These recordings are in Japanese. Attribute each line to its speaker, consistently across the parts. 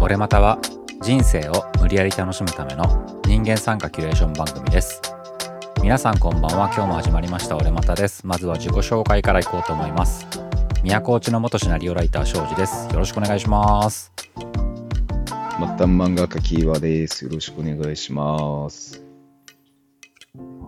Speaker 1: 俺または人生を無理やり楽しむための人間参加キュレーション番組です皆さんこんばんは今日も始まりました俺またですまずは自己紹介からいこうと思います宮古内の元シナリオライター庄司ですよろしくお願いします
Speaker 2: 末端漫画家キーワです。よろしくお願いします。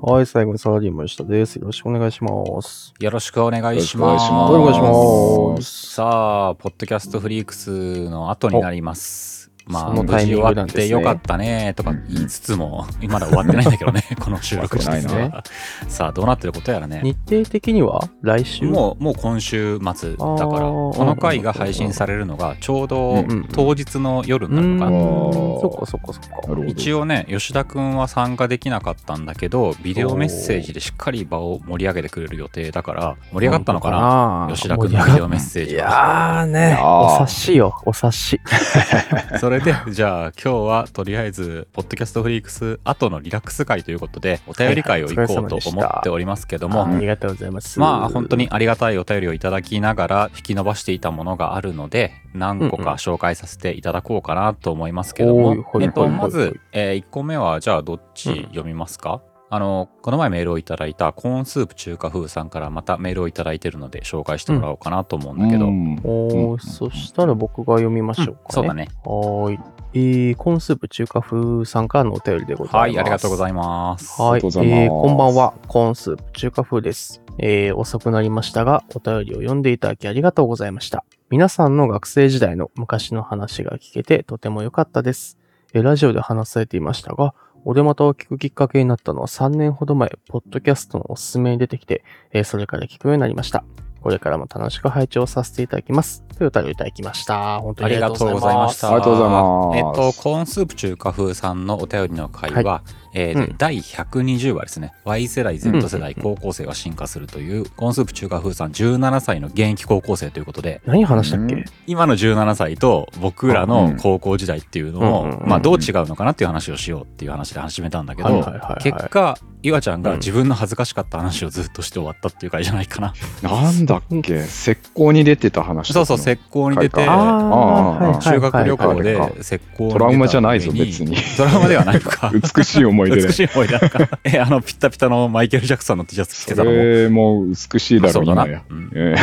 Speaker 3: はい、最後にサラリーマンしたです。よろしくお願いします。
Speaker 1: よろしくお願いします
Speaker 2: よ
Speaker 3: ろしくお願いします
Speaker 1: さあポッドキャストフリークスの後になりますまあ、
Speaker 3: その
Speaker 1: 無
Speaker 3: タイ
Speaker 1: 事終
Speaker 3: ミン
Speaker 1: わ
Speaker 3: グなん
Speaker 1: っ
Speaker 3: ですね
Speaker 1: てよかったねとか言いつつも、まだ終わってないんだけ どね、この収録時点で
Speaker 2: 終わ
Speaker 3: って
Speaker 1: は。さあ、どうなってることやらね。
Speaker 3: 日程的には来週
Speaker 1: もう、もう今週末だから、
Speaker 3: あ
Speaker 1: こ
Speaker 3: ー
Speaker 1: の回が配信されるのが、ちょうど
Speaker 2: うん
Speaker 1: 当日の夜
Speaker 3: う
Speaker 1: になるのかな。
Speaker 3: ー
Speaker 2: あー
Speaker 3: んそっかそっかそっか。
Speaker 2: なるほど。
Speaker 1: 一応ね、吉田くんは参加できなかったんだけど、ビデオメッセージでしっかり場を盛り上げてくれる予定だから、盛り上がったのかな
Speaker 3: な
Speaker 1: 吉田くんのビデオメッセー
Speaker 3: い
Speaker 1: ジは。
Speaker 3: やー
Speaker 2: い
Speaker 3: ね
Speaker 2: や、ー
Speaker 3: お察しよ、お察し。
Speaker 1: それで、じゃあ今日はとりあえず、ポッドキャストフリークス後のリラックス会ということで、お便り会を行こうと思っておりますけども、
Speaker 3: ありがとうございます。
Speaker 1: まあ本当にありがたいお便りをいただきながら引き伸ばしていたものがあるので何個か紹介させていただこうかなと思いますけども、
Speaker 3: おーほい
Speaker 1: えっ
Speaker 3: ほ
Speaker 1: と
Speaker 3: いほい
Speaker 1: まず、え1個目はじゃあどっち読みますか、あのこの前メールをいただいたコーンスープ中華風さんからまたメールをいただいてるので紹介してもらおうかなと思うんだけど、
Speaker 2: うん
Speaker 3: お
Speaker 2: うん
Speaker 3: ー。そしたら僕が読みましょうかね。
Speaker 1: そうだ。ね
Speaker 3: はーい。えー、コーンスープ中華風さんからのお便りでございます。
Speaker 1: はいありがとうございます
Speaker 3: はい、
Speaker 2: ありがとうございます
Speaker 3: えーこんばんは、コーンスープ中華風です。えー遅くなりましたが、お便りを読んでいただきありがとうございました。皆さんの学生時代の昔の話が聞けてとても良かったです。えーラジオで話されていましたが、俺またを聞くきっかけになったのは3年ほど前、ポッドキャストのおすすめに出てきて、えーそれから聞くようになりました。これからも楽しく拝聴させていただきます。というお便りをいただきました。本当
Speaker 1: あ
Speaker 3: に
Speaker 1: り
Speaker 3: あり
Speaker 1: が
Speaker 3: が
Speaker 1: と
Speaker 3: と
Speaker 1: う
Speaker 3: う
Speaker 1: ござ
Speaker 3: ござ
Speaker 1: い
Speaker 3: い
Speaker 1: ま
Speaker 3: ま
Speaker 1: し。
Speaker 3: したた。
Speaker 2: ありがとうございます
Speaker 1: えっと、コーンスープ中華風さんのお便りの会は、えー
Speaker 3: うん
Speaker 1: 第120話ですね。Y 世代、Z 世代、
Speaker 3: うん
Speaker 1: 高校生が進化するという、コーンスープ中華風さん17歳の現役高校生ということで、
Speaker 3: 何話したっけ、
Speaker 2: うん
Speaker 1: 今の17歳と僕らの高校時代っていうのを、
Speaker 3: うん
Speaker 1: まあどう違うのかなっていう話をしようっていう話で始めたんだけど、
Speaker 3: はいはいはいはい
Speaker 1: 結果、いわちゃんが
Speaker 3: うん
Speaker 1: 自分の恥ずかしかった話をずっとして終わったっていう回じゃないかな。
Speaker 2: なんだっけ石膏に出てた話
Speaker 1: そうそう、石
Speaker 2: 石
Speaker 1: 膏に出て、
Speaker 2: ああ
Speaker 3: あー
Speaker 1: 修学旅
Speaker 2: はい
Speaker 1: 行
Speaker 2: はい
Speaker 1: で
Speaker 2: はい
Speaker 1: 石膏に出た上に
Speaker 2: トラウマじゃな いぞ別に
Speaker 1: トラウマではないのか
Speaker 2: 美しい思い出で
Speaker 1: 美。しい思い出だから えあのピッタピタのマイケル・ジャクソンの T シャツ着て
Speaker 2: そ
Speaker 1: たのも
Speaker 2: れも美しいだ
Speaker 1: そ
Speaker 2: ろ
Speaker 1: う
Speaker 2: う、
Speaker 1: だな
Speaker 2: 今や。
Speaker 1: うん
Speaker 2: え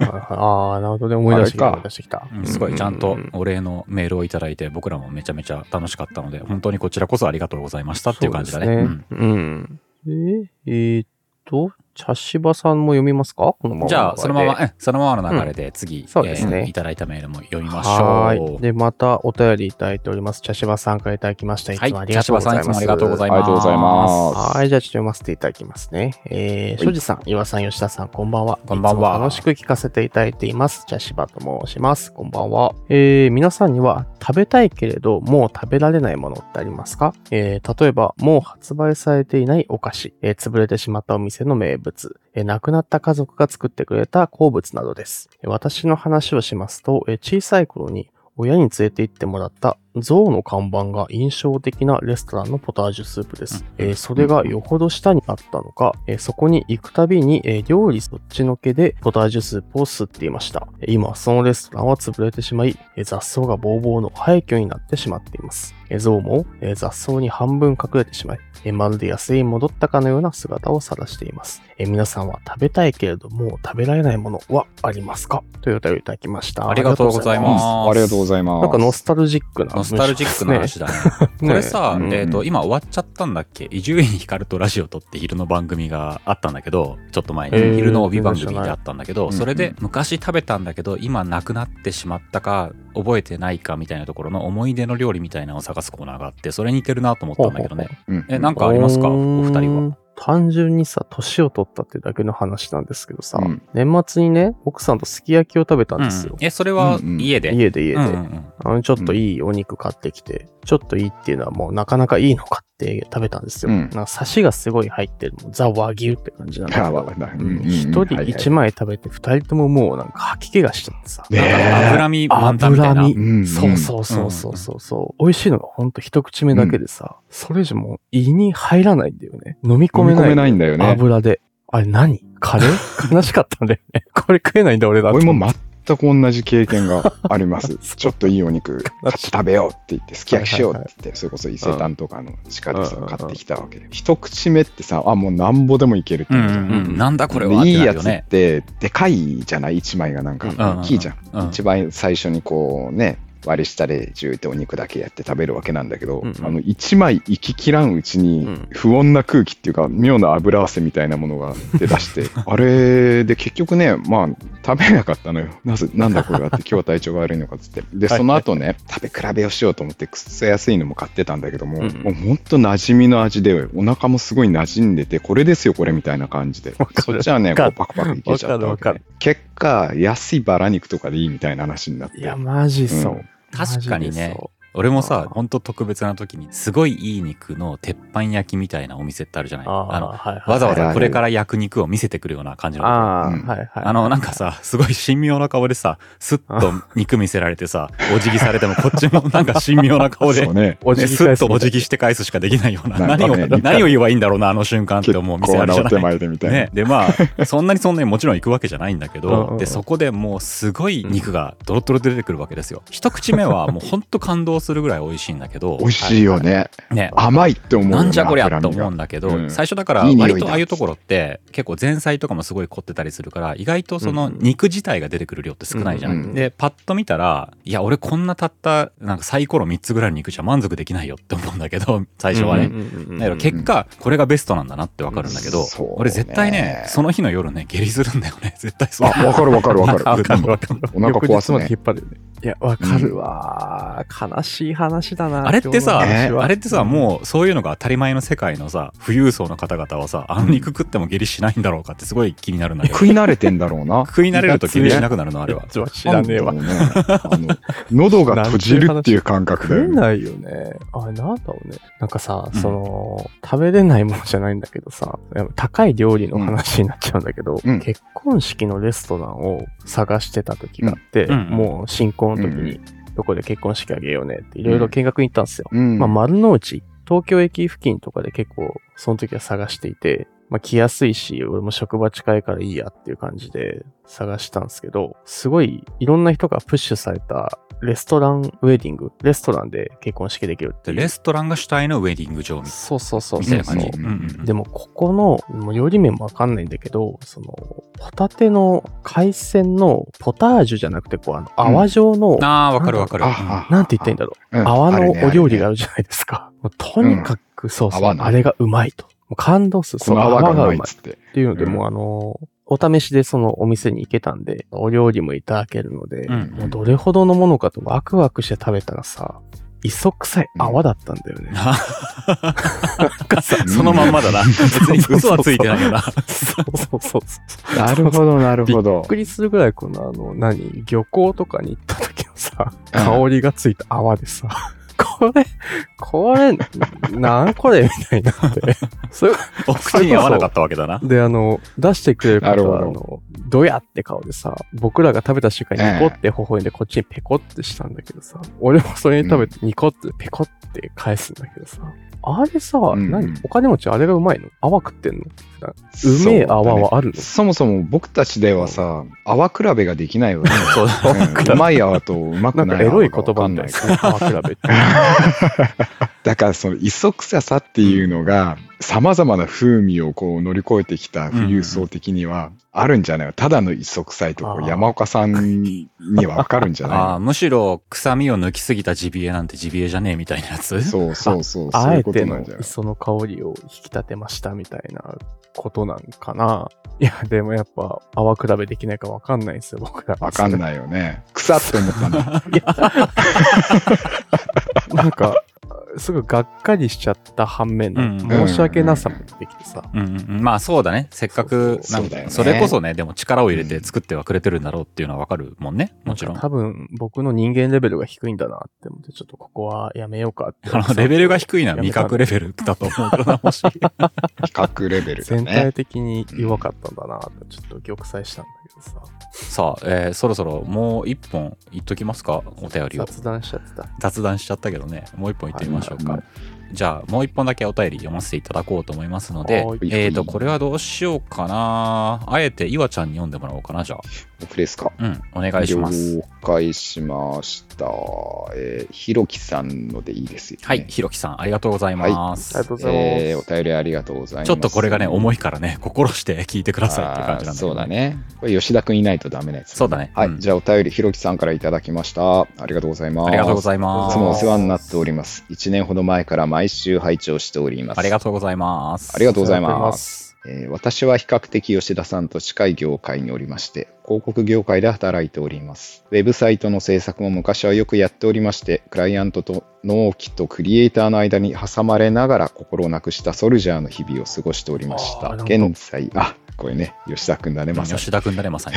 Speaker 3: ああ、なるほどね。思い出してきた。
Speaker 2: あれか
Speaker 3: 思い出してきた。
Speaker 1: うんすごいちゃんと
Speaker 3: う
Speaker 1: お礼のメールをいただいて僕らもめちゃめちゃ楽しかったので本当にこちらこそありがとうございましたっていう感じだね
Speaker 3: そうですうん。で、えーっと、茶芝さんも読みますかこのま
Speaker 1: う
Speaker 3: ま。
Speaker 1: んじゃあそのまま、うんそのままの流れで次、
Speaker 3: そうですね
Speaker 1: えーいただいたメールも読みまし
Speaker 3: は
Speaker 1: ょ。
Speaker 3: ーいうで、またお便りいただいております。茶芝さんからいただきました。いつ
Speaker 1: はい、
Speaker 3: もあり
Speaker 1: 茶
Speaker 3: がとう
Speaker 1: 柴
Speaker 3: ござい
Speaker 1: さん
Speaker 3: ま
Speaker 1: いつ
Speaker 3: す。
Speaker 1: もありがとうござい
Speaker 2: ありがとうございま
Speaker 1: ます
Speaker 3: はい、じゃあちょっと読ませていただきますね。えー、
Speaker 2: い
Speaker 3: 庄司さん、岩さん、吉田さん、こんばんは。
Speaker 1: こんばんはい
Speaker 3: つも楽しく聞かせていただいています。じゃあ、柴と申します。こんばんは。えー、皆さんには食べたいけれど、もう食べられないものってありますかえー、例えば、もう発売されていないお菓子、えー、潰れてしまったお店の名物、えー亡くなった家族が作ってくれた好物などです。えー私の話をしますと、えー小さい頃に親に連れて行ってもらった象の看板が印象的なレストランのポタージュスープです。
Speaker 1: うん
Speaker 3: えーそれがよほど下にあったのか、えーそこに行くたびに、えー料理そっちのけでポタージュスープを吸っていました。えー今、そのレストランは潰れてしまい、えー雑草がボーボーの廃墟になってしまっています。えー象も、えー雑草に半分隠れてしまい、えーまるで野生に戻ったかのような姿を晒しています。えー皆さんは食べたいけれどもう食べられないものはありますかというお便りをいただきました。
Speaker 1: ありがとうござい
Speaker 2: えう
Speaker 1: ます
Speaker 2: んありがとうございます。
Speaker 3: なんかノスタルジックな。
Speaker 1: ノスタルジックな話だね。これさ、
Speaker 2: ね
Speaker 1: えっ、と、
Speaker 2: うん
Speaker 1: 今終わっちゃったんだっけ伊集院光とラジオとって昼の番組があったんだけど、ちょっと前に
Speaker 3: えー
Speaker 1: 昼の帯番組であったんだけど、
Speaker 2: 全然知らない
Speaker 1: それ
Speaker 2: うん
Speaker 1: で
Speaker 2: う
Speaker 1: 昔食べたんだけど、今なくなってしまったか、覚えてないかみたいなところの思い出の料理みたいなのを探すコーナーがあって、それに似てるなと思ったんだけどね。
Speaker 2: うん
Speaker 1: え、なんかありますかお
Speaker 3: うーん
Speaker 1: 二人は。
Speaker 3: 単純にさ、年を取ったってだけの話なんですけどさ、
Speaker 2: うん
Speaker 3: 年末にね、奥さんとすき焼きを食べたんです
Speaker 1: うん
Speaker 3: よ。
Speaker 1: え、それは
Speaker 2: うんうん
Speaker 1: 家で、
Speaker 3: 家で家で、
Speaker 1: うんうんうん
Speaker 3: あの。ちょっといいお肉買ってきて、ちょっといいっていうのはもうなかなかいいの買って食べたんですよ。
Speaker 2: うん
Speaker 3: なんかサシがすごい入ってる、もうザ・和牛って感じなんだ
Speaker 2: あ
Speaker 3: け
Speaker 2: わ
Speaker 3: ど
Speaker 2: かんないうんうん
Speaker 3: 一人一枚食べて二人とももうなんか吐き気がしててさ。
Speaker 2: ねえ
Speaker 1: なんか脂身満タンみたいな。
Speaker 3: 脂身
Speaker 2: うん
Speaker 3: そうそうそうそうそうそう。美味しいのがほんと一口目だけでさ、それ以上もう胃に入らないんだよね。飲み込
Speaker 2: 飲み
Speaker 3: め
Speaker 2: 込
Speaker 3: な
Speaker 2: め
Speaker 3: い。
Speaker 2: ないんだよね。
Speaker 3: 油で。あれ何カレー悲しかったんだよね。これ食えないんだ俺だと
Speaker 2: 俺
Speaker 3: 思って。
Speaker 2: も全く同じ経験があります
Speaker 3: そう
Speaker 2: ちょっといいお 肉
Speaker 3: 悲しい
Speaker 2: 食べようって言ってすき焼きしようって
Speaker 3: はい
Speaker 2: 言ってそれこそ伊勢丹とかの地下でさ
Speaker 3: うん
Speaker 2: 買ってきたわけで一口目ってさあもうなんぼでもいけるって
Speaker 1: う
Speaker 2: いうんじゃ
Speaker 1: うんうん、なんだこれ
Speaker 2: で
Speaker 1: はって
Speaker 2: いい
Speaker 1: な
Speaker 2: や
Speaker 1: るよ
Speaker 2: つっ
Speaker 1: ね。
Speaker 2: てでかいじゃない一枚がなんか
Speaker 3: うん
Speaker 2: 大きいじゃん
Speaker 1: うん
Speaker 2: 一番最初にこうね割り下でジューってお肉だけやって食べるわけなんだけど、
Speaker 3: うんうん
Speaker 2: あの一枚いききらんうち
Speaker 3: う
Speaker 2: に
Speaker 3: ん
Speaker 2: 不穏な空気っていうか妙な油汗みたいなものが出だして あれで結局ねまあ食べなかったのよ なぜなんだこれ はって今日は体調が悪いのかっつってで
Speaker 3: はい
Speaker 2: その後ね食べ比べをしようと思ってくっそ安いのも買ってたんだけども、
Speaker 3: うんうん
Speaker 2: もうほんと馴染みの味でお腹もすごい馴染んでてこれですよこれみたいな感じで
Speaker 3: わかる
Speaker 2: そっちはねこうパクパクいけちゃったわ
Speaker 3: わか
Speaker 2: け
Speaker 3: るわかる
Speaker 2: 結果安いバラ肉とかでいいみたいな話になって
Speaker 3: いや、マジそう。
Speaker 2: うん
Speaker 1: 確かにね
Speaker 3: マジでそ
Speaker 1: 俺もさ
Speaker 3: あー。
Speaker 1: ほんと特別な時にすごいいい肉の鉄板焼きみたいなお店ってあるじゃないうあ
Speaker 3: ああ、
Speaker 1: の
Speaker 3: はいはい
Speaker 1: わざわ
Speaker 2: あるあ
Speaker 1: ざ
Speaker 2: る
Speaker 1: これから焼く肉を見せてくるような感じのこと
Speaker 3: ああ、
Speaker 2: うん
Speaker 3: はいはい。
Speaker 1: あの、なんかさ、すごい神妙な顔でさ、スッと肉見せられてさ、お辞儀されても、こっちもなんか神妙な 顔で、
Speaker 2: そうね
Speaker 3: お
Speaker 1: ね、
Speaker 3: 辞儀
Speaker 1: ス
Speaker 3: 返
Speaker 1: ッ
Speaker 3: す
Speaker 1: と
Speaker 3: みたいな
Speaker 1: お辞儀して返すしかできないような、
Speaker 2: なんか
Speaker 1: 何
Speaker 2: ね
Speaker 1: を、何を言えばいいんだろうな、あの瞬間って
Speaker 2: 結
Speaker 1: 思う店あ
Speaker 2: 構
Speaker 1: る
Speaker 2: な
Speaker 1: じゃ
Speaker 2: お手
Speaker 1: ない。
Speaker 2: 前でみたいな、
Speaker 1: ね、でまあそんなにそんなにもちろん行くわけじゃないんだけど、
Speaker 3: うんうん
Speaker 1: でそこでもうすごい肉がドロドロで出てくるわけですよ一口目は もうほんと感動するぐらい美味しいんだけど
Speaker 2: 美味しいよね、
Speaker 1: ね
Speaker 2: 甘いって思うよね
Speaker 1: なんじゃこりゃ
Speaker 2: 脂
Speaker 1: と
Speaker 2: 身が
Speaker 1: 思うんだけど、
Speaker 2: うん
Speaker 1: 最初だから
Speaker 2: いい匂いだ
Speaker 1: 割とああいうところって結構前菜とかもすごい凝ってたりするから意外とその
Speaker 3: うん
Speaker 1: 肉自体が出てくる量って少ないじゃない、
Speaker 2: うんうん
Speaker 1: でパッと見たらいや俺こんなたったなんかサイコロ3つぐらいの肉じゃ満足できないよって思うんだけど最初はね、
Speaker 2: うん
Speaker 1: だけど結果これがベストなんだなってわかるんだけど、
Speaker 2: うんそうね
Speaker 1: 俺絶対ねその日の夜ね下痢するんだよね 絶対そう
Speaker 2: あわかるわかるわか
Speaker 1: わ
Speaker 2: る
Speaker 1: かる
Speaker 2: うん
Speaker 1: わかる
Speaker 2: お腹壊す
Speaker 3: 翌日まで
Speaker 2: ね
Speaker 3: 引っ張るよね。いや、わかるわ、悲しい話だな。
Speaker 1: あれってさ、
Speaker 3: 今日の話は
Speaker 1: あれってさ、もうそういうのが当たり前の世界のさ、富裕層の方々はさ、あの肉食っても下痢しないんだろうかってすごい気になるんだけど、
Speaker 2: 食い慣れてんだろうな
Speaker 1: 食い慣れると下痢しなく
Speaker 2: く
Speaker 1: なるの、あれは。
Speaker 3: ちょっと知らねえわ。
Speaker 2: 喉が閉じるっていう感覚
Speaker 3: 食
Speaker 2: で
Speaker 3: えないよね。あれなんだろうね。なんかさ、その、食べれないものじゃないんだけどさ、やっぱ高い料理の話になっちゃうんだけど、
Speaker 2: うん
Speaker 3: 結婚式のレストランを探してた時があって、
Speaker 1: うんうん
Speaker 3: もう新婚の時
Speaker 2: う
Speaker 3: に、どこで結婚式あげようねっていろいろ見学に行ったんですよ。
Speaker 2: うん
Speaker 3: まあ、丸の内、東京駅付近とかで結構、その時は探していて、まあ、来やすいし、俺も職場近いからいいやっていう感じで探したんですけど、すごいいろんな人がプッシュされたレストランウェディング、レストランで結婚式できるって
Speaker 1: で
Speaker 3: いう。
Speaker 1: レストランが主体のウェディング場み
Speaker 3: そうそうそう。
Speaker 1: たいな感じ。
Speaker 2: そううんそう
Speaker 1: うんうん
Speaker 3: でも、ここの、もう料理名もわかんないんだけど、その、ホタテの海鮮のポタージュじゃなくて、こう、あの、泡状の、
Speaker 1: ああ、わかるわかる。
Speaker 2: あ
Speaker 3: なんて言ったらいいんだろう。
Speaker 2: うん
Speaker 3: 泡のお料理
Speaker 2: あ
Speaker 3: があるじゃないですか。 もうとにかく、そうそう、
Speaker 2: 泡の
Speaker 3: あれがうまいと。もう感動する。
Speaker 2: るねあるねこの泡がうまいっ
Speaker 3: っ
Speaker 2: つって
Speaker 3: ていうので、
Speaker 2: うん
Speaker 3: もうあのー、お試しでそのお店に行けたんで、お料理もいただけるので、
Speaker 1: うん
Speaker 3: もうどれほどのものかとワクワクして食べたらさ、磯臭い泡だったんだよ ね。なんかさ、
Speaker 1: そのまんまだな。別に嘘はついてないよな。
Speaker 3: そうそうそうそう。
Speaker 2: なるほどなるほど
Speaker 3: びっくりするぐらいこのあの、何、漁港とかに行った時のさ、
Speaker 2: うん
Speaker 3: 香りがついた泡でさ、これ、これ、なんこれみたいになって。それ
Speaker 1: お口に合わなかったわけだな。
Speaker 3: で、あの、出してくれる方は、
Speaker 2: な
Speaker 3: あ
Speaker 2: るほ
Speaker 3: の、ドヤって顔でさ、僕らが食べた瞬間にニコって微笑んで、こっちにペコってしたんだけどさ、俺もそれに食べてニコってペコって返すんだけどさ、あれさ、
Speaker 2: ん
Speaker 3: 何お金持ちあれがうまいの泡食ってんの普段うめえ泡はあるの
Speaker 2: そもそも僕たちではさ、泡比べができない わね。
Speaker 1: そう
Speaker 2: うんうまい泡とうま
Speaker 3: な
Speaker 2: く
Speaker 3: ん
Speaker 2: な
Speaker 3: か
Speaker 2: い
Speaker 3: エ
Speaker 2: 泡
Speaker 3: ロい
Speaker 2: が分
Speaker 3: 言
Speaker 2: か
Speaker 3: 葉
Speaker 2: ん
Speaker 3: みた
Speaker 2: ないい
Speaker 3: で
Speaker 2: か
Speaker 3: す
Speaker 2: ら。
Speaker 3: ね。泡比べって。
Speaker 2: だからその磯臭さっていうのが、さまざまな風味をこう乗り越えてきた富裕層的にはあるんじゃないただの磯臭いとこ
Speaker 3: あー
Speaker 2: 山岡さんには分かるんじゃ
Speaker 1: あ
Speaker 2: な
Speaker 1: あ、むしろ臭みを抜きすぎたジビエなんてジビエじゃねえみたいなやつ
Speaker 2: いそうそうそう、 そ
Speaker 3: あ
Speaker 2: うい
Speaker 3: え
Speaker 2: うこと
Speaker 3: て
Speaker 2: なん
Speaker 3: の
Speaker 2: じゃない
Speaker 3: 磯の香りを引き立てましたみたいなことなんかな。いや、でもやっぱ泡比べできないかわかんないですよ、僕ら。
Speaker 2: 分かん
Speaker 3: い。
Speaker 2: ないよね。臭って思ったんだ。
Speaker 3: なんか、すごいがっかりしちゃった反面
Speaker 1: う、ん
Speaker 3: 申し訳なさも出てきてさ。
Speaker 1: うんうんうんまあそうだねせっかく
Speaker 2: そう
Speaker 1: な
Speaker 2: そうんそ
Speaker 1: かそ
Speaker 2: うだよね
Speaker 1: れこそねでも力を入れて作ってはくれてるんだろうっていうのはわかるもんねもちろん
Speaker 3: なんか多分僕の人間レベルが低いんだなって思って、ちょっとここはやめようかって。
Speaker 1: あの レベルが低いのは味覚レベルだと思うからなもし
Speaker 2: 比較レベルだ
Speaker 3: 全体
Speaker 2: ね。
Speaker 3: 的に弱かったんだなって、ちょっと玉砕したんだけどさ。
Speaker 1: さあ、えーそろそろもう一本いっときますかお便りを
Speaker 3: 雑談しちゃってた。
Speaker 1: 雑談しちゃったけどねもう一本いってみましょうか、
Speaker 2: はい
Speaker 1: じゃあもう一本だけお便り読ませていただこうと思いますので
Speaker 3: はい、
Speaker 1: えっ、と、これはどうしようかな。あえて、いわちゃんに読んでもらおうかな、じゃあ。
Speaker 2: 僕ですか。
Speaker 1: うん、お願いします。
Speaker 2: 了解しました。えー、ひろきさんのでいいですよ、ね。
Speaker 1: はい、ひろきさん、ありがとうございます。
Speaker 3: ありがとうございます。
Speaker 2: えーお便りありがとうございます。
Speaker 1: ちょっとこれがね、重
Speaker 2: い
Speaker 1: いからね、心して聞いてくださいっていう感じなんだけど
Speaker 2: そうだ。ね。これ吉田くんいないとダメなやつ。
Speaker 1: そうだね。
Speaker 2: はい、
Speaker 1: うん
Speaker 2: じゃあお便りひろきさんからいただきました。ありがとうございます。
Speaker 1: ありがとうござい
Speaker 2: い
Speaker 1: ま
Speaker 2: つ
Speaker 1: す。
Speaker 2: もお世話になっております。1年ほど前から毎週拝聴しております。
Speaker 1: ありがとうございます。
Speaker 2: ありがとうござい
Speaker 3: ありがとうござ
Speaker 2: ま。
Speaker 3: います
Speaker 2: えー私は比較的吉田さんと近い業界におりまして、広告業界で働いております。ウェブサイトの制作も昔はよくやっておりまして、クライアントと納期とクリエイターの間に挟まれながら心をなくしたソルジャーの日々を過ごしておりました。
Speaker 3: あーなるほど
Speaker 2: 現在、あ、これね、吉田くんだね、
Speaker 1: うん
Speaker 2: まさに。
Speaker 1: 吉田君だね、まさに。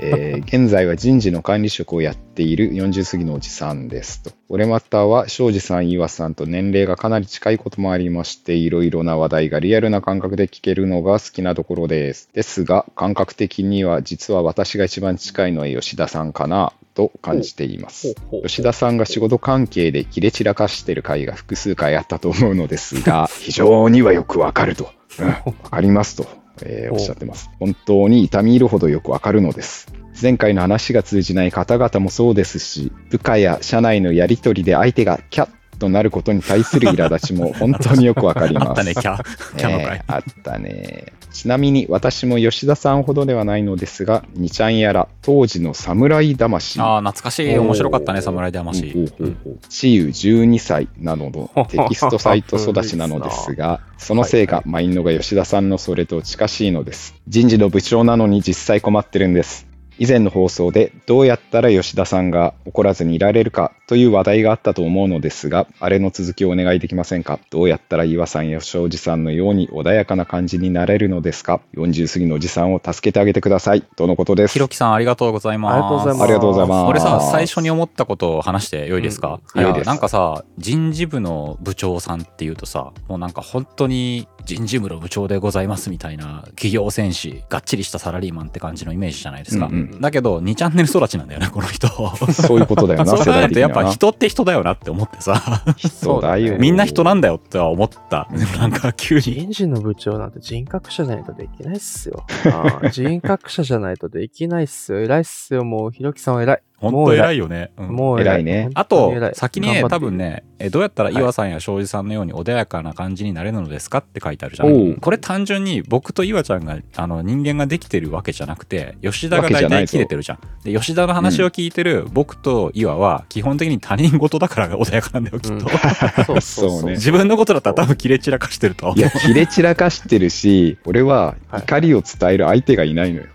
Speaker 2: えー現在は人事の管理職をやっている40過ぎのおじさんですと。俺または庄司さん、岩さんと年齢がかなり近いこともありまして、いろいろな話題がリアルな感覚で聞けるのが好きなところです。ですが、感覚的には実は私が一番近いのは吉田さんかなと感じています。吉田さんが仕事関係で切れ散らかしてる回が複数回あったと思うのですが、 非常にはよくわかると。うん、わかりますと、えー
Speaker 3: お
Speaker 2: おっしゃってます。本当に痛み入るほどよくわかるのです。前回の話が通じない方々もそうですし、部下や社内のやりとりで相手がキャッとなることに対する苛立ち も本当によくわかります。
Speaker 1: あったね、キャ、キャの
Speaker 2: え
Speaker 1: 会
Speaker 2: ー。あったね。ちなみに私も吉田さんほどではないのですが、2ちゃんやら当時の侍魂
Speaker 1: ああ、懐かしい。面白かったね、侍魂。
Speaker 2: うんうんうん治癒12歳などのテキストサイト育ちなので すが、そのせいか、マインドが吉田さんのそれと近しいのです。人事の部長なのに実際困ってるんです。以前の放送でどうやったら吉田さんが怒らずにいられるかという話題があったと思うのですが、あれの続きをお願いできませんかどうやったら岩さんや庄司さんのように穏やかな感じになれるのですか ?40 過ぎのおじさんを助けてあげてください。とのことです。
Speaker 1: ひろきさん、ありがとうございます。
Speaker 3: ありがとうございます。
Speaker 2: ありがとうございます
Speaker 1: 俺さ、最初に思ったことを話してよいですか、
Speaker 2: うん
Speaker 1: いや
Speaker 2: 良いです
Speaker 1: なんかさ、人事部の部長さんっていうとさ、もうなんか本当に人事部の部長でございますみたいな企業戦士、がっちりしたサラリーマンって感じのイメージじゃないですか。
Speaker 2: うんうん
Speaker 1: だけど、2チャンネル育ちなんだよね、この人。
Speaker 2: そういうことだよな、
Speaker 1: そう
Speaker 2: 世
Speaker 1: 考える
Speaker 2: 代的
Speaker 1: と
Speaker 2: に
Speaker 1: や
Speaker 2: は
Speaker 1: っぱ
Speaker 2: な。
Speaker 1: 人って人だよなって思ってさ、
Speaker 2: 人だよ。
Speaker 1: みんな人なんだよっては思った。でもなんか急に。
Speaker 3: 人事の部長なんて人格者じゃないとできないっすよ。あー人格者じゃないとできないっすよ。偉いっすよ。もう、ひろきさんは偉い。
Speaker 1: 本当偉いよね。うん
Speaker 3: もう偉
Speaker 2: 偉
Speaker 3: い。
Speaker 2: いね
Speaker 3: 本
Speaker 1: あ
Speaker 3: 当
Speaker 1: と
Speaker 3: 偉い、
Speaker 1: 先にね、多分。ね、えどうやったら
Speaker 3: はい
Speaker 1: 岩さんや庄司さんのように穏やかな感じになれるのですかって書いてあるじゃ。
Speaker 2: おうん
Speaker 1: これ単純に僕と岩ちゃんがあの人間ができてるわけじゃなくて、吉田が
Speaker 2: わけじ
Speaker 1: 大
Speaker 2: ゃな
Speaker 1: 体
Speaker 2: いと
Speaker 1: 切れてるじゃん。で、吉田の話を聞いてる僕と岩は基本的に他人事だから 穏やかなんだよ、きっ
Speaker 3: うん
Speaker 1: と。
Speaker 3: そうそう
Speaker 2: そうね
Speaker 1: 自分のことだったら多分切れ散らかしてるとは思う
Speaker 2: いや、切れ散らかしてるし、俺は怒りを伝える相手がいない のよ。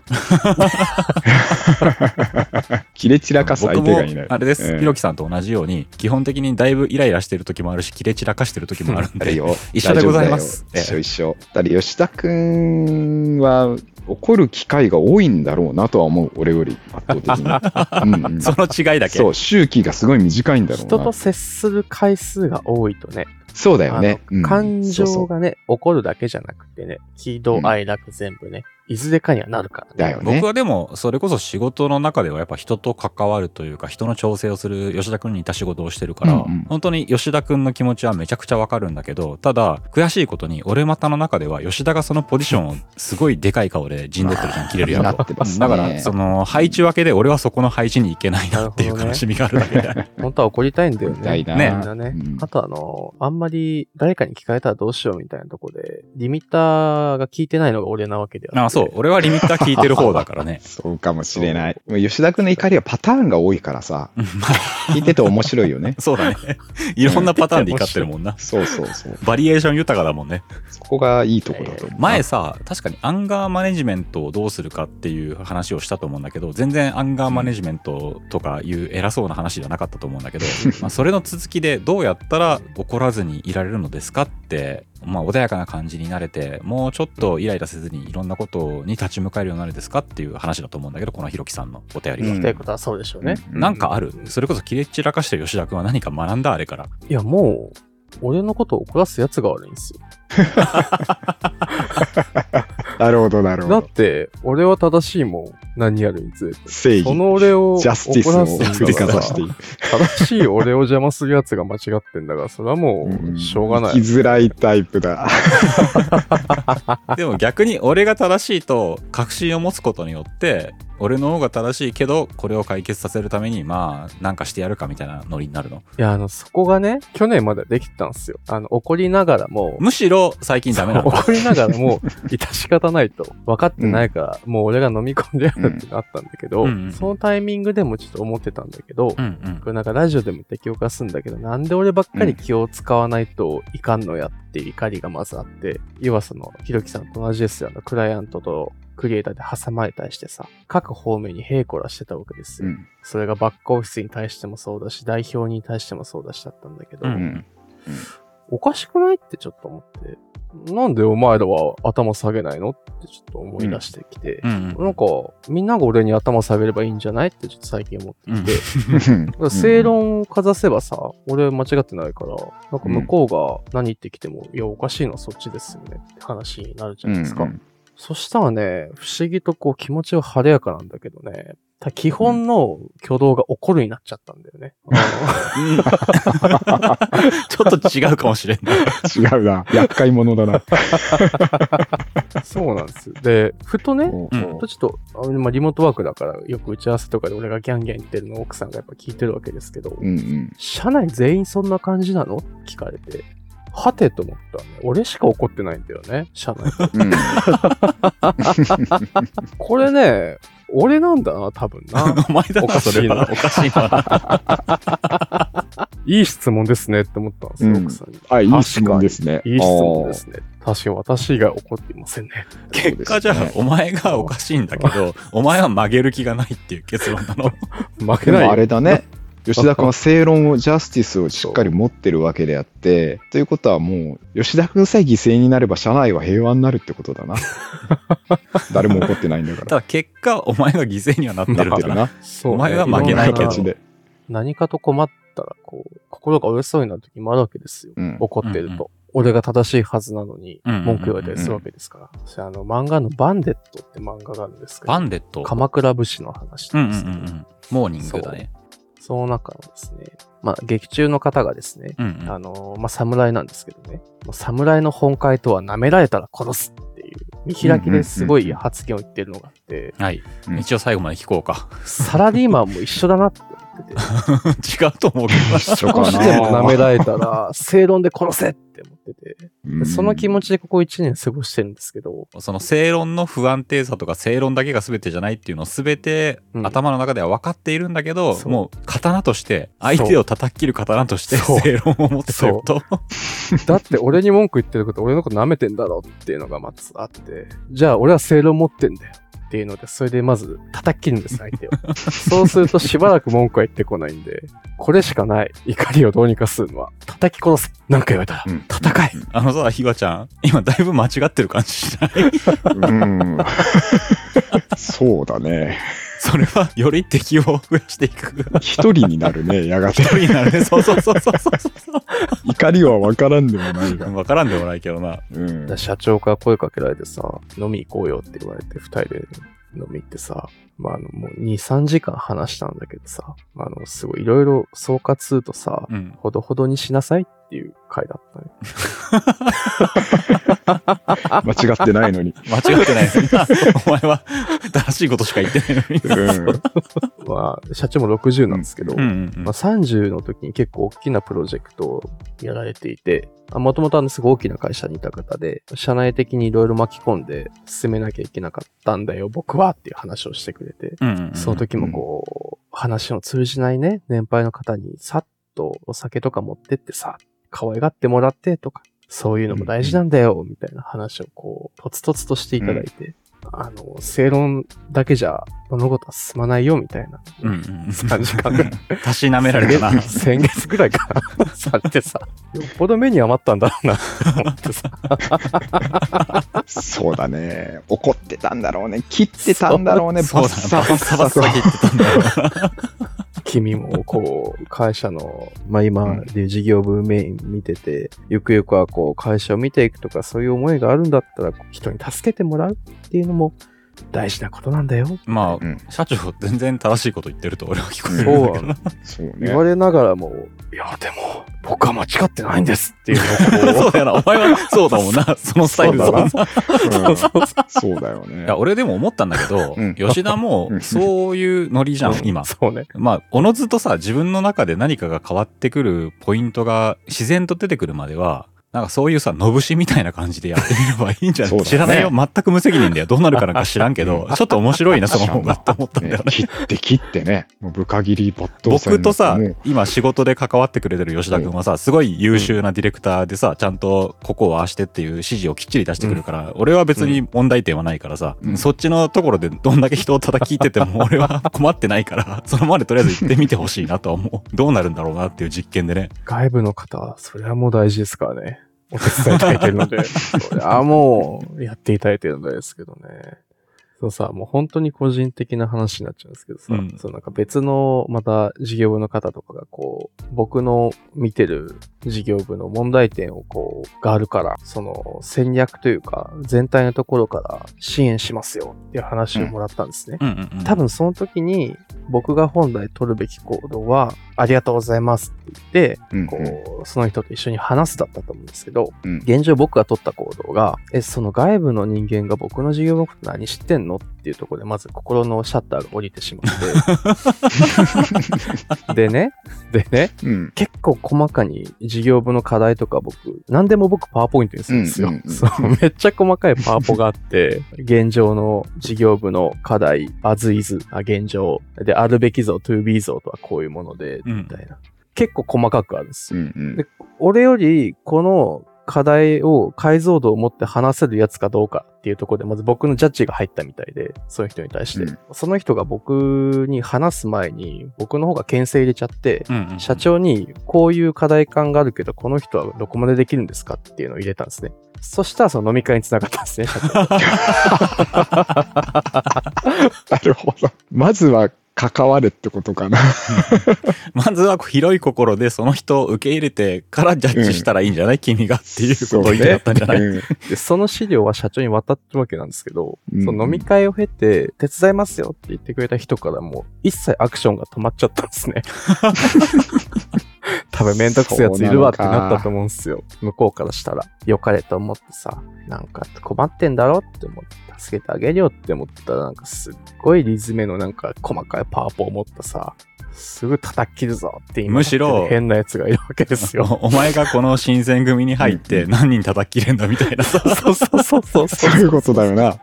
Speaker 2: 切れ散らかす相手がいない。
Speaker 1: 僕もあれです、
Speaker 2: うん
Speaker 1: ひろきさんと同じように基本的にだいぶイライラしてる時もあるし切れ散らかしてる時もあるん
Speaker 2: あれ
Speaker 1: で
Speaker 2: よ。
Speaker 1: 一緒でございます
Speaker 2: 大丈夫だよ一緒一緒。だって吉田くんは怒る機会が多いんだろうなとは思う、俺より圧倒 的に。うんうん
Speaker 1: その違いだけ
Speaker 2: そう、周期がすごい短いんだろうな。
Speaker 3: 人と接する回数が多いとね、
Speaker 2: そうだよね。
Speaker 3: あの
Speaker 2: うん
Speaker 3: 感
Speaker 2: そうそ
Speaker 3: 情
Speaker 2: う
Speaker 3: がね、怒るだけじゃなくてね、喜怒哀楽全部ね、いずれかにはなるか
Speaker 2: だ
Speaker 3: らね。
Speaker 2: よね。
Speaker 1: 僕はでもそれこそ仕事の中ではやっぱ人と関わるというか人の調整をする吉田君に似た仕事をしてるから、
Speaker 2: うんうん
Speaker 1: 本当に吉田君の気持ちはめちゃくちゃわかるんだけどただ悔しいことに俺股の中では吉田がそのポジションをすごいでかい顔で陣取ってるじゃん切れるや
Speaker 2: な
Speaker 1: ろ
Speaker 2: ってますね
Speaker 1: だからその配置分けで俺はそこの配置に行けないなっていう
Speaker 3: なるほどね
Speaker 1: 悲しみがあるだ けで、
Speaker 3: 本当は怒りたいんだよね。
Speaker 2: 怒りたいな
Speaker 1: ね
Speaker 3: みんなね
Speaker 2: うん
Speaker 3: あとあの、あんまり誰かに聞かれたらどうしようみたいなとこで、リミッターが効いてないのが俺なわけでは
Speaker 1: あそう俺はリミッター聞いてる方だからね
Speaker 2: そうかもしれない。もう吉田くんの怒りはパターンが多いからさ、
Speaker 1: うんまあ。
Speaker 2: 聞いてて面白いよね
Speaker 1: そうだねいろんなパターンで怒ってるもんな
Speaker 2: そうそうそう。
Speaker 1: バリエーション豊かだもんね
Speaker 2: そこがいいとこだと思う。
Speaker 1: 前さ確かにアンガーマネジメントをどうするかっていう話をしたと思うんだけど全然アンガーマネジメントとかいう偉そうな話ではなかったと思うんだ けど、まあそれの続きでどうやったら怒らずにいられるのですかって、まあ、穏やかな感じになれてもうちょっとイライラせずにいろんなことに立ち向かえるようになるですかっていう話だと思うんだけどこのひろきさんのお便りは。
Speaker 2: うん
Speaker 3: ということはそうでしょうね。
Speaker 2: う
Speaker 1: なんかあるそれこそ切れ散らかしてる吉田君は何か学んだあれから
Speaker 3: いや、もう、俺のことを怒らすやつが悪いんですよ。
Speaker 2: なるほど、なるほ
Speaker 3: だっ
Speaker 2: ど。
Speaker 3: て、俺は正しいもん。何やるにつれて。
Speaker 2: 正義
Speaker 3: そ、の俺を
Speaker 2: ジャスティス
Speaker 3: 怒らすん
Speaker 2: を
Speaker 3: だ
Speaker 2: 振りかざしてい
Speaker 3: か
Speaker 2: る。
Speaker 3: ら正しい俺を邪魔するやつが間違ってんだから、それはもう、しょうがない。
Speaker 2: 生きづらいタイプだ。
Speaker 1: でも逆に俺が正しいと確信を持つことによって俺の方が正しいけどこれを解決させるためにまあなんかしてやるかみたいなノリになるの
Speaker 3: いや、あの、そこがね、去年までできてたんですよ。あの、怒りながらも、
Speaker 1: むしろ最近ダメなの
Speaker 3: 怒りながらも、致し方ないと。分かってないから、もう俺が飲み込んでやるってなったんだけど、
Speaker 1: うんうんうん
Speaker 3: そのタイミングでもちょっと思ってたんだけど、
Speaker 1: うんうん
Speaker 3: これなんかラジオでも適用化するんだけど、なんで俺ばっかり気を使わないといかんのやっていう怒りがまずあって、要はその、ひろきさんと同じですよ。あの、クライアントとクリエイターで挟まれたりしてさ、各方面に平行らしてたわけです
Speaker 2: う
Speaker 3: よ。
Speaker 2: ん。
Speaker 3: それがバックオフィスに対してもそうだし、代表に対してもそうだしだったんだけど、
Speaker 1: うん
Speaker 2: うん。
Speaker 3: おかしくないってちょっと思って、なんでお前らは頭下げないのってちょっと思い出してきて
Speaker 1: う、ん
Speaker 3: なんか、みんなが俺に頭下げればいいんじゃないってちょっと最近思ってきて、だから正論をかざせばさ、俺間違ってないから、なんか向こうが何言ってきても、いや、おかしいのはそっちですよねって話になるじ
Speaker 2: う
Speaker 3: ゃ
Speaker 2: ん。
Speaker 3: な
Speaker 2: う
Speaker 3: い
Speaker 2: ん
Speaker 3: ですか。そしたらね、不思議とこう気持ちは晴れやかなんだけどね、ただ基本の挙動が怒るになっちゃったんだよね。
Speaker 1: う
Speaker 3: あ
Speaker 1: んちょっと違うかもしれない
Speaker 2: 違うな。厄介者だな。
Speaker 3: の そうなんですよ。で、ふとね、
Speaker 2: おう
Speaker 1: うん
Speaker 3: ちょっと、あまあ、リモートワークだから、よく打ち合わせとかで俺がギャンギャン言ってるのを奥さんがやっぱ聞いてるわけですけど、
Speaker 2: うんうん。
Speaker 3: 社内全員そんな感じなの聞かれて。はてと思った、ね。俺しか怒ってないんだよね、社内。
Speaker 2: うん
Speaker 3: これね、俺なんだな、多分 な。
Speaker 1: お前だ
Speaker 3: おか
Speaker 1: な
Speaker 3: しい
Speaker 1: それはおかしいない
Speaker 3: い質問ですねって思ったんですよ、
Speaker 2: うん
Speaker 3: 奥さんに。
Speaker 2: あ、いい質問ですすね。
Speaker 3: いい質問ですね。確かに私以外怒っていません ね。
Speaker 2: あ
Speaker 1: 結
Speaker 2: ー。
Speaker 1: 果じゃ
Speaker 2: そう
Speaker 1: あ
Speaker 2: ですね
Speaker 1: お前がおかしいんだけどお前は曲げる気がないっていう結論なの
Speaker 3: 負け
Speaker 2: で
Speaker 3: ない
Speaker 2: も
Speaker 3: よ。
Speaker 2: あれだね。吉田君は正論を、ジャスティスをしっかり持ってるわけであって、ということはもう、吉田君さえ犠牲になれば、社内は平和になるってことだな。誰も怒ってないんだから。
Speaker 1: ただ結果お前が犠牲にはなって るん
Speaker 2: 怒っ
Speaker 1: だ
Speaker 2: てる
Speaker 1: な
Speaker 2: な。
Speaker 3: そう
Speaker 1: お前は負けないけど
Speaker 3: ろん
Speaker 2: 形で。
Speaker 3: 何かと困ったら、こう、心が折れそうになる時もあるわけですよ。
Speaker 2: うん。
Speaker 3: 怒って
Speaker 1: う
Speaker 3: ると。
Speaker 1: んうん
Speaker 3: 俺が正しいはずなのに、
Speaker 1: うんうんうんうん
Speaker 3: 文句言われたりするわけですから。それあの、漫画のバンデットって漫画があるんですけど、
Speaker 1: バンデット
Speaker 3: 鎌倉武士の話
Speaker 1: うん
Speaker 3: な
Speaker 1: うんんう
Speaker 3: です
Speaker 1: んう
Speaker 3: けど、
Speaker 1: んモーニングだね
Speaker 3: その中のですね、まあ、劇中の方がですね、
Speaker 1: うん
Speaker 3: あの、まあ、侍なんですけどね、もう侍の本会とは舐められたら殺すっていう、見開きですごい発言を言ってるのがあって、
Speaker 1: うんはい
Speaker 2: うん
Speaker 1: 一応最後まで聞こうか
Speaker 3: サラリーマンも一緒だなって思ってて、
Speaker 1: 違うと思うけど
Speaker 2: 一緒
Speaker 3: 少
Speaker 2: か
Speaker 3: しでも舐め
Speaker 2: な。
Speaker 3: られたら、正論で殺せって思ってて、
Speaker 2: うん
Speaker 3: その気持ちでここ1年過ごしてるんですけど、
Speaker 1: その正論の不安定さとか正論だけが全てじゃないっていうのを全て
Speaker 3: うん
Speaker 1: 頭の中では分かっているんだけど、
Speaker 3: そう
Speaker 1: もう刀として相手を叩き切る刀として
Speaker 3: そう
Speaker 1: 正論を持ってすると
Speaker 3: だって俺に文句言ってること俺のこと舐めてんだろっていうのがまずあって、じゃあ俺は正論持ってんだよっていうので、それでまず叩き切るんです、相手を。そうするとしばらく文句は言ってこないんで、これしかない。怒りをどうにかするのは、叩き殺せ。なんか言われたら、
Speaker 2: うん
Speaker 3: 戦い。
Speaker 1: あのさひわちゃん今だいぶ間違ってる感じしない
Speaker 2: うん。そうだね。
Speaker 1: それはより敵を増やしていく
Speaker 2: 一人になるね、やがて
Speaker 1: 一。人になるねそうそうそうそうそうそう
Speaker 2: 怒りは分からんでもないが。
Speaker 1: 分からんでもないけどな
Speaker 2: うん。
Speaker 3: 社長から声かけられてさ、飲み行こうよって言われて、二人で飲み行ってさ、まあ、あの、もう2、3時間話したんだけどさ、あの、すごいいろいろ総括するとさ、
Speaker 1: うん
Speaker 3: ほどほどにしなさいっていう回だったね。
Speaker 2: 間違ってないのに。
Speaker 1: 間違ってないですお前は正しいことしか言ってないのに
Speaker 2: うん。
Speaker 3: まあ、社長も60なんですけど、
Speaker 1: うんうんうん
Speaker 3: まあ、30の時に結構大きなプロジェクトをやられていて、もともとすごい大きな会社にいた方で、社内的にいろいろ巻き込んで進めなきゃいけなかったんだよ、僕はっていう話をしてくれて、
Speaker 1: うんうんうん
Speaker 3: その時もこう、話の通じないね、年配の方にさっとお酒とか持ってってさ、可愛がってもらってとか、そういうのも大事なんだよ、みたいな話をこう、とつとつとしていただいて、あの、正論だけじゃ物事は進まないよ、みたいな。
Speaker 1: うんうん
Speaker 3: 3時間ぐらい。
Speaker 1: たしなめられたな
Speaker 3: 先月ぐらい かなさってさ、よっぽど目に余ったんだろうなって思ってさ。
Speaker 2: そうだね。怒ってたんだろうね。切ってたんだろうね。
Speaker 1: そう
Speaker 2: バ
Speaker 1: だ
Speaker 2: ッサバッサ
Speaker 1: バッサバッサ切ってたんだよな
Speaker 3: 切君もこう、会社の、
Speaker 4: まあ
Speaker 2: う
Speaker 4: 今
Speaker 2: ん
Speaker 4: でいう事業部メイン見てて、ゆくゆくはこう会社を見ていくとかそういう思いがあるんだったらこう人に助けてもらうっていうのも大事なことなんだよ。
Speaker 1: まあ、
Speaker 2: うん
Speaker 1: 社長全然正しいこと言ってると俺は聞こえるん
Speaker 4: そう
Speaker 1: だけどな
Speaker 2: そうね
Speaker 4: 言われながらも、
Speaker 3: いや、でも、僕は間違ってないんですっていう
Speaker 1: そう
Speaker 3: のをこ
Speaker 1: だよな。お前はそうだもんな。そのスタイルだもんな。い
Speaker 2: うんそうだよね
Speaker 1: や、俺でも思ったんだけど、
Speaker 2: うん
Speaker 1: 吉田も
Speaker 2: うん
Speaker 1: そういうノ リじゃん、
Speaker 3: う、
Speaker 1: 今。
Speaker 3: そうね。
Speaker 1: まあ、おのずとさ、自分の中で何かが変わってくるポイントが自然と出てくるまでは、なんかそういうさ、のぶしみたいな感じでやってみればいいんじゃない
Speaker 2: そうだね
Speaker 1: 知らないよ。全く無責任だよ。どうなるかなんか知らんけど、ちょっと面白いな、その方がって思ったんだよ
Speaker 2: ね
Speaker 1: ね。
Speaker 2: 切って切ってねもうぶか切り抜刀
Speaker 1: 僕
Speaker 2: 戦
Speaker 1: とさ
Speaker 2: もう、
Speaker 1: 今仕事で関わってくれてる吉田君はさ、すごい優秀なディレクターでさ、ちゃんとここをああしてっていう指示をきっちり出してくるから、俺は別に問題点はないからさ、
Speaker 2: うん
Speaker 1: そっちのところでどんだけ人を叩き聞いてても俺は困ってないから、 そのまでとりあえず行ってみてほしいなとは思う。どうなるんだろうなっていう実験でね。
Speaker 3: 外部の方は、それはもう大事ですからね。お手伝いいただいてるの で、それはもう、やっていただいてるのですけどね。そうさ、もう本当に個人的な話になっちゃうんですけどさ、
Speaker 1: うん
Speaker 3: そうなんか別の、また事業部の方とかがこう、僕の見てる事業部の問題点をこう、があるから、その戦略というか、全体のところから支援しますよっていう話をもらったんですね。
Speaker 1: うんうんうん。
Speaker 3: 多分その時に僕が本来取るべき行動はありがとうございますって
Speaker 2: うん
Speaker 3: 言ってこうその人と一緒に話すだったと思うんですけど
Speaker 2: うん
Speaker 3: 現状僕が取った行動がえその外部の人間が僕の事業のこと何知ってんのっていうところでまず心のシャッターが降りてしま ってでねでね
Speaker 2: うん
Speaker 3: 結構細かに事業部の課題とか僕、何でも僕パワーポイントにするんですよ。
Speaker 2: うんうんうん
Speaker 3: そうめっちゃ細かいパワポがあ って、現状の事業部の課題、as is、あ現状。で、あるべき像、to be 像とはこういうもので、
Speaker 1: うん
Speaker 3: みたいな。結構細かくあるんです
Speaker 2: う
Speaker 3: よ。
Speaker 2: んうん
Speaker 3: で俺より、この課題を解像度を持って話せるやつかどうかっていうところで、まず僕のジャッジが入ったみたいで、そういう人に対して。
Speaker 2: うん
Speaker 3: その人が僕に話す前に、僕の方が牽制入れちゃって、
Speaker 1: うんうん
Speaker 3: 社長にこういう課題感があるけど、この人はどこまでできるんですかっていうのを入れたんですね。そしたらその飲み会につながったんですね、社長
Speaker 2: なるほどまずは関わるってことかな
Speaker 1: まずは広い心でその人を受け入れてからジャッジしたらいいんじゃない、君がっていうことを言いたかったんじゃない、
Speaker 2: うん
Speaker 3: で、その資料は社長に渡ってるわけなんですけど、
Speaker 2: うん
Speaker 3: その飲み会を経て、手伝いますよって言ってくれた人からもう一切アクションが止まっちゃったんで すね。多分めんどくせえやついるわってなったと思うんですよ。向こうからしたら。良かれと思ってさ、なんか困ってんだろって思って、助けてあげるよって思ったら、なんかすっごいリズメのなんか細かいパワーポを持ったさ、すぐ叩き切るぞって今
Speaker 1: むしろ
Speaker 3: 変なやつがいるわけです よ。
Speaker 1: おお前がこの新選組に入って何人叩き切れんだみた いなさ。
Speaker 3: そうそうそうそ う
Speaker 2: そういうことだよな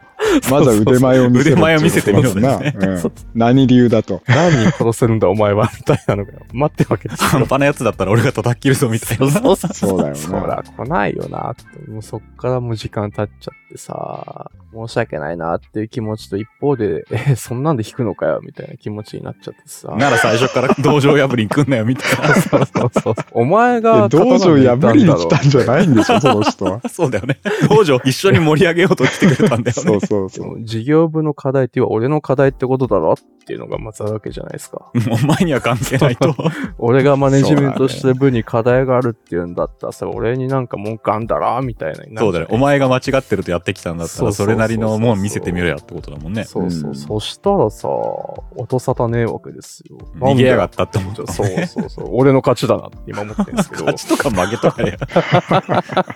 Speaker 2: まずは腕前を見せろ
Speaker 1: 腕前を見せてみろ
Speaker 2: って
Speaker 1: で
Speaker 2: こ
Speaker 1: す
Speaker 2: とだ
Speaker 1: ね。
Speaker 2: な、うん何理由だと
Speaker 3: 何人殺せるんだお前はみたいなのが待ってるわ けです
Speaker 1: 半
Speaker 3: よ。
Speaker 1: 端なやつだったら俺が叩き切るぞみたいな。
Speaker 3: そうそう
Speaker 2: そうだよ
Speaker 3: そ
Speaker 2: な
Speaker 3: ら来ないよなって。もうそっからもう時間経っちゃってさ、申し訳ないなっていう気持ちと一方で、え、そんなんで弾くのかよみたいな気持ちになっちゃってさ。
Speaker 1: なら最初から道場破りに来んなよみたい
Speaker 3: そうそうそう。お前が
Speaker 2: 道場
Speaker 3: 刀抜い
Speaker 2: 破りに来たんじゃ
Speaker 3: い
Speaker 2: ないんでしょその人は
Speaker 1: な。そうだよね。道場一緒に盛り上げようと来てくれたんだよ
Speaker 2: そ
Speaker 1: ね
Speaker 2: う。そう
Speaker 3: で
Speaker 2: そう
Speaker 3: も事業部の課題っていうのは俺の課題ってことだろっていうのがまずあるわけじゃないですか。
Speaker 1: もうお前には関係ないと。
Speaker 3: 俺がマネジメントしてる部に課題があるっていうんだったらさ、俺になんか文句あんだろみたいなにな
Speaker 1: そう
Speaker 3: る
Speaker 1: だ
Speaker 3: じゃ
Speaker 1: よ
Speaker 3: な。
Speaker 1: お
Speaker 3: い
Speaker 1: 前が間違ってるとやってきたんだった
Speaker 3: そう
Speaker 1: ら、
Speaker 3: そうそうそう
Speaker 1: それなりのもん見せてみろやってことだもんね。
Speaker 3: そうそう、
Speaker 2: うん
Speaker 3: そしたらさ、音沙汰ねえわけですよ。
Speaker 1: 逃げやがったって思っ
Speaker 3: なん
Speaker 1: た
Speaker 3: で。そうそうそう。俺の勝ちだなって今思ってるんです けど
Speaker 1: 勝。ちとか負けとかや。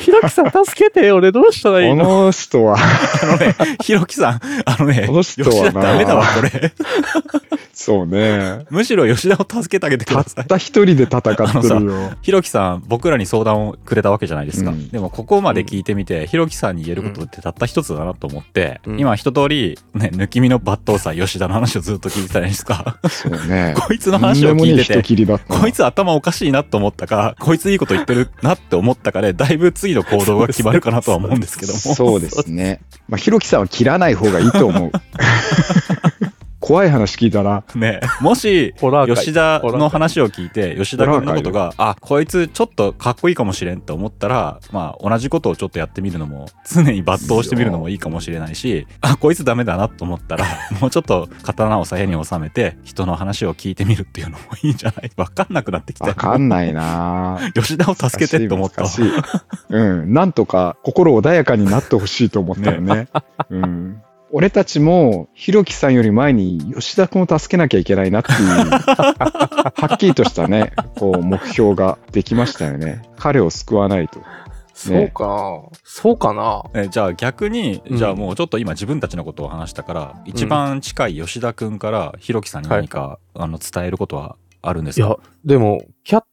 Speaker 3: ひらきさん助けて俺どうしたらいい
Speaker 2: こ
Speaker 3: の
Speaker 2: の人は
Speaker 1: あのね、ひろきさん、あのね、
Speaker 2: この人
Speaker 1: 吉
Speaker 2: はな
Speaker 1: 田ダメだわ、これ。
Speaker 2: そうね
Speaker 1: むしろ吉田を助けてあげてく
Speaker 2: た
Speaker 1: だ
Speaker 2: っ
Speaker 1: さい。
Speaker 2: た一人で戦ってるよ
Speaker 1: ひろきさん、僕らに相談をくれたわけじゃないですか。
Speaker 2: うん
Speaker 1: でも、ここまで聞いてみて、ひろきさんに言えることってたった一つだなと思って、
Speaker 3: うん
Speaker 1: 今一通り、ね、抜き身の抜刀さ、吉田の話をずっと聞いてたじゃないですか。
Speaker 2: そうね
Speaker 1: こいつの
Speaker 2: とん
Speaker 1: 話
Speaker 2: で
Speaker 1: を
Speaker 2: も
Speaker 1: 聞い
Speaker 2: ね
Speaker 1: て
Speaker 2: 人
Speaker 1: て、
Speaker 2: 切りだったな
Speaker 1: こいつ頭おかしいなと思ったか、こいついいこと言ってるなって思ったかで、だいぶ次の行動が決まるかなとは思うんですけども。
Speaker 2: そうですね。まあ、ひろきさんは切らない方がいいと思う。怖い話聞いたな。
Speaker 1: ねもし
Speaker 3: ホラー界
Speaker 1: 吉田の話を聞いて吉田君のことがあこいつちょっとかっこいいかもしれんと思ったらまあ同じことをちょっとやってみるのも常に抜刀してみるのもいいかもしれないしあこいつダメだなと思ったらもうちょっと刀を鞘に収めて人の話を聞いてみるっていうのもいいんじゃないわ かんなくなってきた
Speaker 2: わかんないな
Speaker 1: 吉田を助けてって思ったわ
Speaker 2: 難しい難しいうん。なんとか心穏やかになってほしいと思ったよね。 うん。俺たちも、ひろきさんより前に吉田君を助けなきゃいけないなってい う、はっきりとしたね、こう、目標ができましたよね。彼を救わないと。
Speaker 5: そうか。そうかな。
Speaker 1: えじゃあ逆に、
Speaker 5: うん
Speaker 1: じゃあもうちょっと今自分たちのことを話したから一番近い吉田君からひろきさんに何か、あの伝えることはあるんで
Speaker 3: い
Speaker 1: すか
Speaker 3: や、でも、キャッ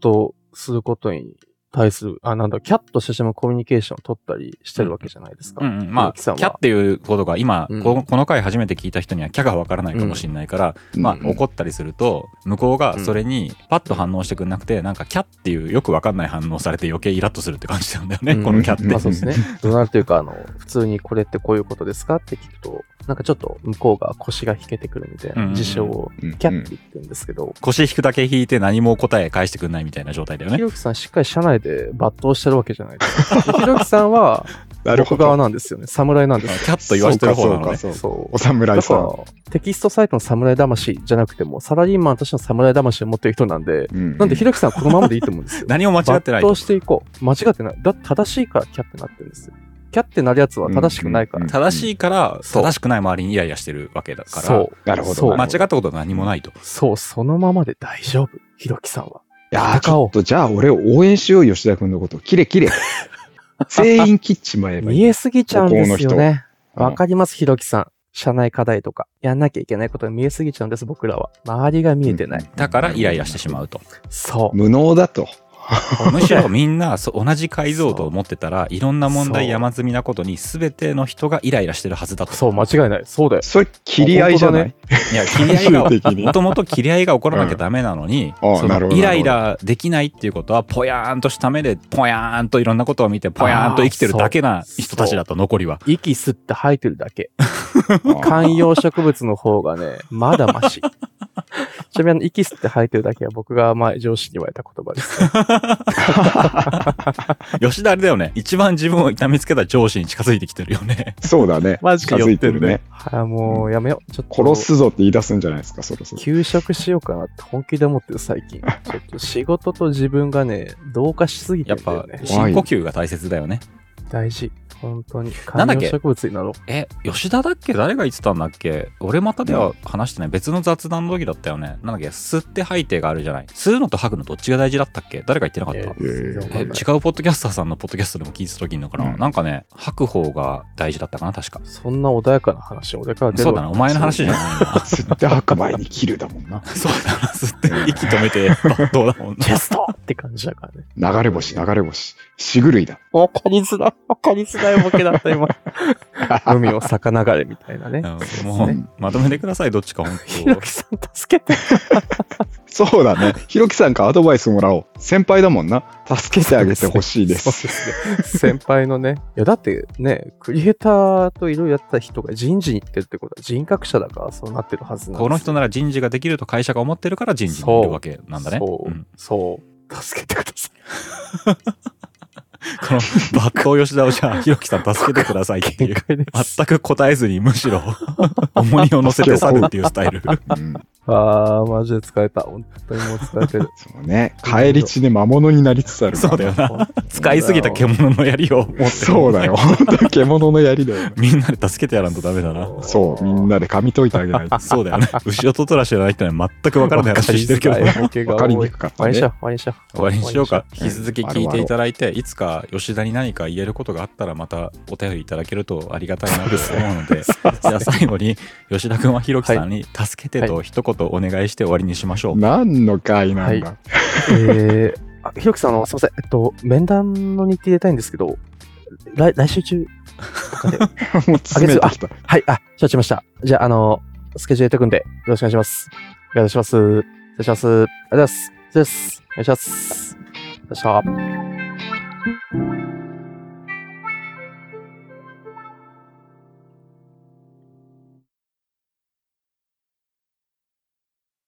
Speaker 3: トすることに対する、あ、なんだ、キャットしてしまうコミュニケーションを取ったりしてるわけじゃないですか。
Speaker 1: うんうん、まあ、
Speaker 3: キ
Speaker 1: キ
Speaker 3: さんは
Speaker 1: ャっていうことが今、
Speaker 3: うん
Speaker 1: このこの回初めて聞いた人にはキャがわからないかもしれないから、まあ、怒ったりすると向こうがそれにパッと反応してくれなくて、なんかキャっていうよくわかんない反応されて余計イラッとするって感じなんだよね、
Speaker 3: うん
Speaker 1: このキャって。
Speaker 3: まあそうですね。 どうなるというか、あの、普通にこれってこういうことですかって聞くと、なんかちょっと向こうが腰が引けてくるみたいな事象を
Speaker 2: うん
Speaker 3: キャッて言ってるんですけど、
Speaker 1: 腰引くだけ引いて何も答え返してくんないみたいな状態だよ
Speaker 3: ひ
Speaker 1: ね。
Speaker 3: ろきさんしっかり社内で抜刀してるわけじゃないですか。でひろきさんは、
Speaker 2: なるほ
Speaker 3: 僕側
Speaker 2: ど。
Speaker 3: なんですよね。侍なん
Speaker 1: キ
Speaker 3: ですよ。
Speaker 1: ャッと言わしてる方なのね。。
Speaker 2: そうかそうかそう
Speaker 3: そう
Speaker 2: お。侍
Speaker 3: だ
Speaker 2: さ
Speaker 3: か
Speaker 2: ん。
Speaker 3: ら、テキストサイトの侍魂じゃなくても、サラリーマンとしての侍魂を持ってる人なんで、
Speaker 2: うん
Speaker 3: なんで、ひろきさんはこのままでいいと思うんで すよ
Speaker 1: 何も間違ってない
Speaker 3: 抜刀していこう。間違ってない。だって正しいからキャってなってるんですよ。キャってなるやつは正しくないから。
Speaker 2: うん
Speaker 1: 正しいから
Speaker 3: そう
Speaker 1: 正しくない周りにイライラしてるわけだから、
Speaker 3: そう。
Speaker 2: なるほ
Speaker 3: そ
Speaker 2: ど。
Speaker 3: う
Speaker 1: 間
Speaker 2: な
Speaker 1: 違
Speaker 2: るほ
Speaker 1: っ
Speaker 2: ど
Speaker 1: たことは何もないと。
Speaker 3: そう、そのままで大丈夫。ひろきさんは。
Speaker 2: いやーち
Speaker 3: 戦お
Speaker 2: ょ
Speaker 3: う
Speaker 2: っとじゃあ俺を応援しよう、吉田君のこと。キレ キレ。全員切っちまえばいい。
Speaker 3: 見えすぎちゃうんです
Speaker 2: 向
Speaker 3: よね。
Speaker 2: こうの人
Speaker 3: わかります、ひろきさん。社内課題とか、やんなきゃいけないことに見えすぎちゃうんです、僕らは。周りが見えてない。
Speaker 1: だからイライラしてしまうと。
Speaker 3: そう。
Speaker 2: 無能だと。
Speaker 1: むしろみんなそう同じ解像度を持ってたらいろんな問題山積みなことに全ての人がイライラしてるはずだと
Speaker 3: そう、間違いない。そうだよ。
Speaker 2: それ、切り合いじゃない、
Speaker 1: いや切り合いが
Speaker 2: 最終的に
Speaker 1: もともと切り合いが起こらなきゃダメなのに、
Speaker 2: うんああ
Speaker 1: そ
Speaker 2: なるほ
Speaker 1: の
Speaker 2: ど
Speaker 1: イライラできないっていうことはぽやーんとした目でぽやーんといろんなことを見てぽやーんと生きてるだけな人たちだと残りは
Speaker 3: 息吸って吐いてるだけ。
Speaker 2: あ
Speaker 3: 観葉植物の方が ね、まだマシ。ちなみにあの、息吸って吐いてるだけは僕が前上司に言われた言葉ですね。
Speaker 1: 吉田あれだよね一番自分を痛みつけた上司に近づいてきてるよ ね
Speaker 2: そうだね。
Speaker 3: マ
Speaker 2: 近づいてるね。。
Speaker 3: はい、もうやめよう。ちょっと。
Speaker 2: 殺すぞって言い出すんじゃないですか、そろそろ。
Speaker 3: 休職しようかなって本気で思ってる最近。ちょっと仕事と自分がね、同化しすぎて
Speaker 1: や
Speaker 3: る
Speaker 1: っ
Speaker 3: んだよ
Speaker 1: ぱ
Speaker 3: ね。
Speaker 1: 深呼吸が大切だよね
Speaker 3: 大事。本当に。
Speaker 1: な
Speaker 3: 観
Speaker 1: んだっけ
Speaker 3: 葉植物になろう。
Speaker 1: え吉田だっけ誰が言ってたんだっけ俺またでは話してない別の雑談の時だったよねなんだっけ吸って吐いてがあるじゃない吸うのと吐くのどっちが大事だったっけ誰か言ってなかった、
Speaker 3: え
Speaker 2: え
Speaker 1: え違うポッドキャスターさんのポッドキャストでも聞いてた時にのかな、
Speaker 2: うん
Speaker 1: なんかね吐く方が大事だったかな確か
Speaker 3: そんな穏やかな話、俺から出る
Speaker 1: そうだなお前の話じゃないな
Speaker 2: 吸って吐く前に切るだもんな。
Speaker 1: そうだな吸って息止めて抜刀だもんな
Speaker 3: チェストって感じだからね。
Speaker 2: 流れ星、流れ星。死狂いだ。
Speaker 3: わかりづら、わかりづらいボケだった、今。 海を逆流れみたいなね。
Speaker 1: うんもうまとめてくださいどっちか本
Speaker 3: ひろ
Speaker 1: 当
Speaker 3: きさん助けて。
Speaker 2: そうだね。ひろきさんからアドバイスもらおう。先輩だもんな。助けてあげてほしいで
Speaker 3: そう
Speaker 2: す。
Speaker 3: ですね先輩のね。いや、だってね、クリエイターといろいろやってた人が人事に行ってるってことは人格者だからそうなってるはずなんですよ
Speaker 1: この人なら人事ができると会社が思ってるから人事にいるわけなんだね
Speaker 3: そう、
Speaker 1: うん
Speaker 3: そう。助けてください。
Speaker 1: この抜刀吉田をじゃあひろきさん助けてくださいっていう
Speaker 3: 限界です。
Speaker 1: 全く答えずにむしろ 重荷を乗せて去るっていうスタイル
Speaker 2: うん、
Speaker 3: あー、マジで疲れた。本当にもう疲れてる。
Speaker 2: そうね。帰り地で魔物になりつつあるか
Speaker 1: そうだよな 使いすぎた獣の槍を持って
Speaker 2: ら。
Speaker 1: る
Speaker 2: そうだよ。本当に獣の槍だよ。
Speaker 1: みんなで助けてやらんとダメだな
Speaker 2: そう、みんなで噛み解いてあげないと。
Speaker 1: そうだよ ね。後ろとトラ知らない人には全く分からない話してるけど、終
Speaker 2: わ
Speaker 3: わ
Speaker 2: かり にくかった
Speaker 3: 終わりにしよう
Speaker 2: ね。。
Speaker 3: 終わりにしよう。
Speaker 1: わりにしようか。
Speaker 3: 終
Speaker 1: 引き続き聞いていただいて、いつか吉田に何か言えることがあったら、またお便りいただけるとありがたいなと思 うので、じゃあ最後に吉田君はひろきさんに、助けてと一言お願いして終わりにしましょう。
Speaker 2: 何の会なんだ。
Speaker 3: わりにしよう。えー、あひろきさん、あの、すいません。えっと、面談の日程入れたいんですけど、来、来週中とかで。
Speaker 2: もう詰めてきた。
Speaker 3: はい、あ、承知しました。じゃあ、あの、スケジュール入れとくんで、よろしくお願いします。お願いします。失礼します。ありがとうございます。失礼します。お願いします。でした。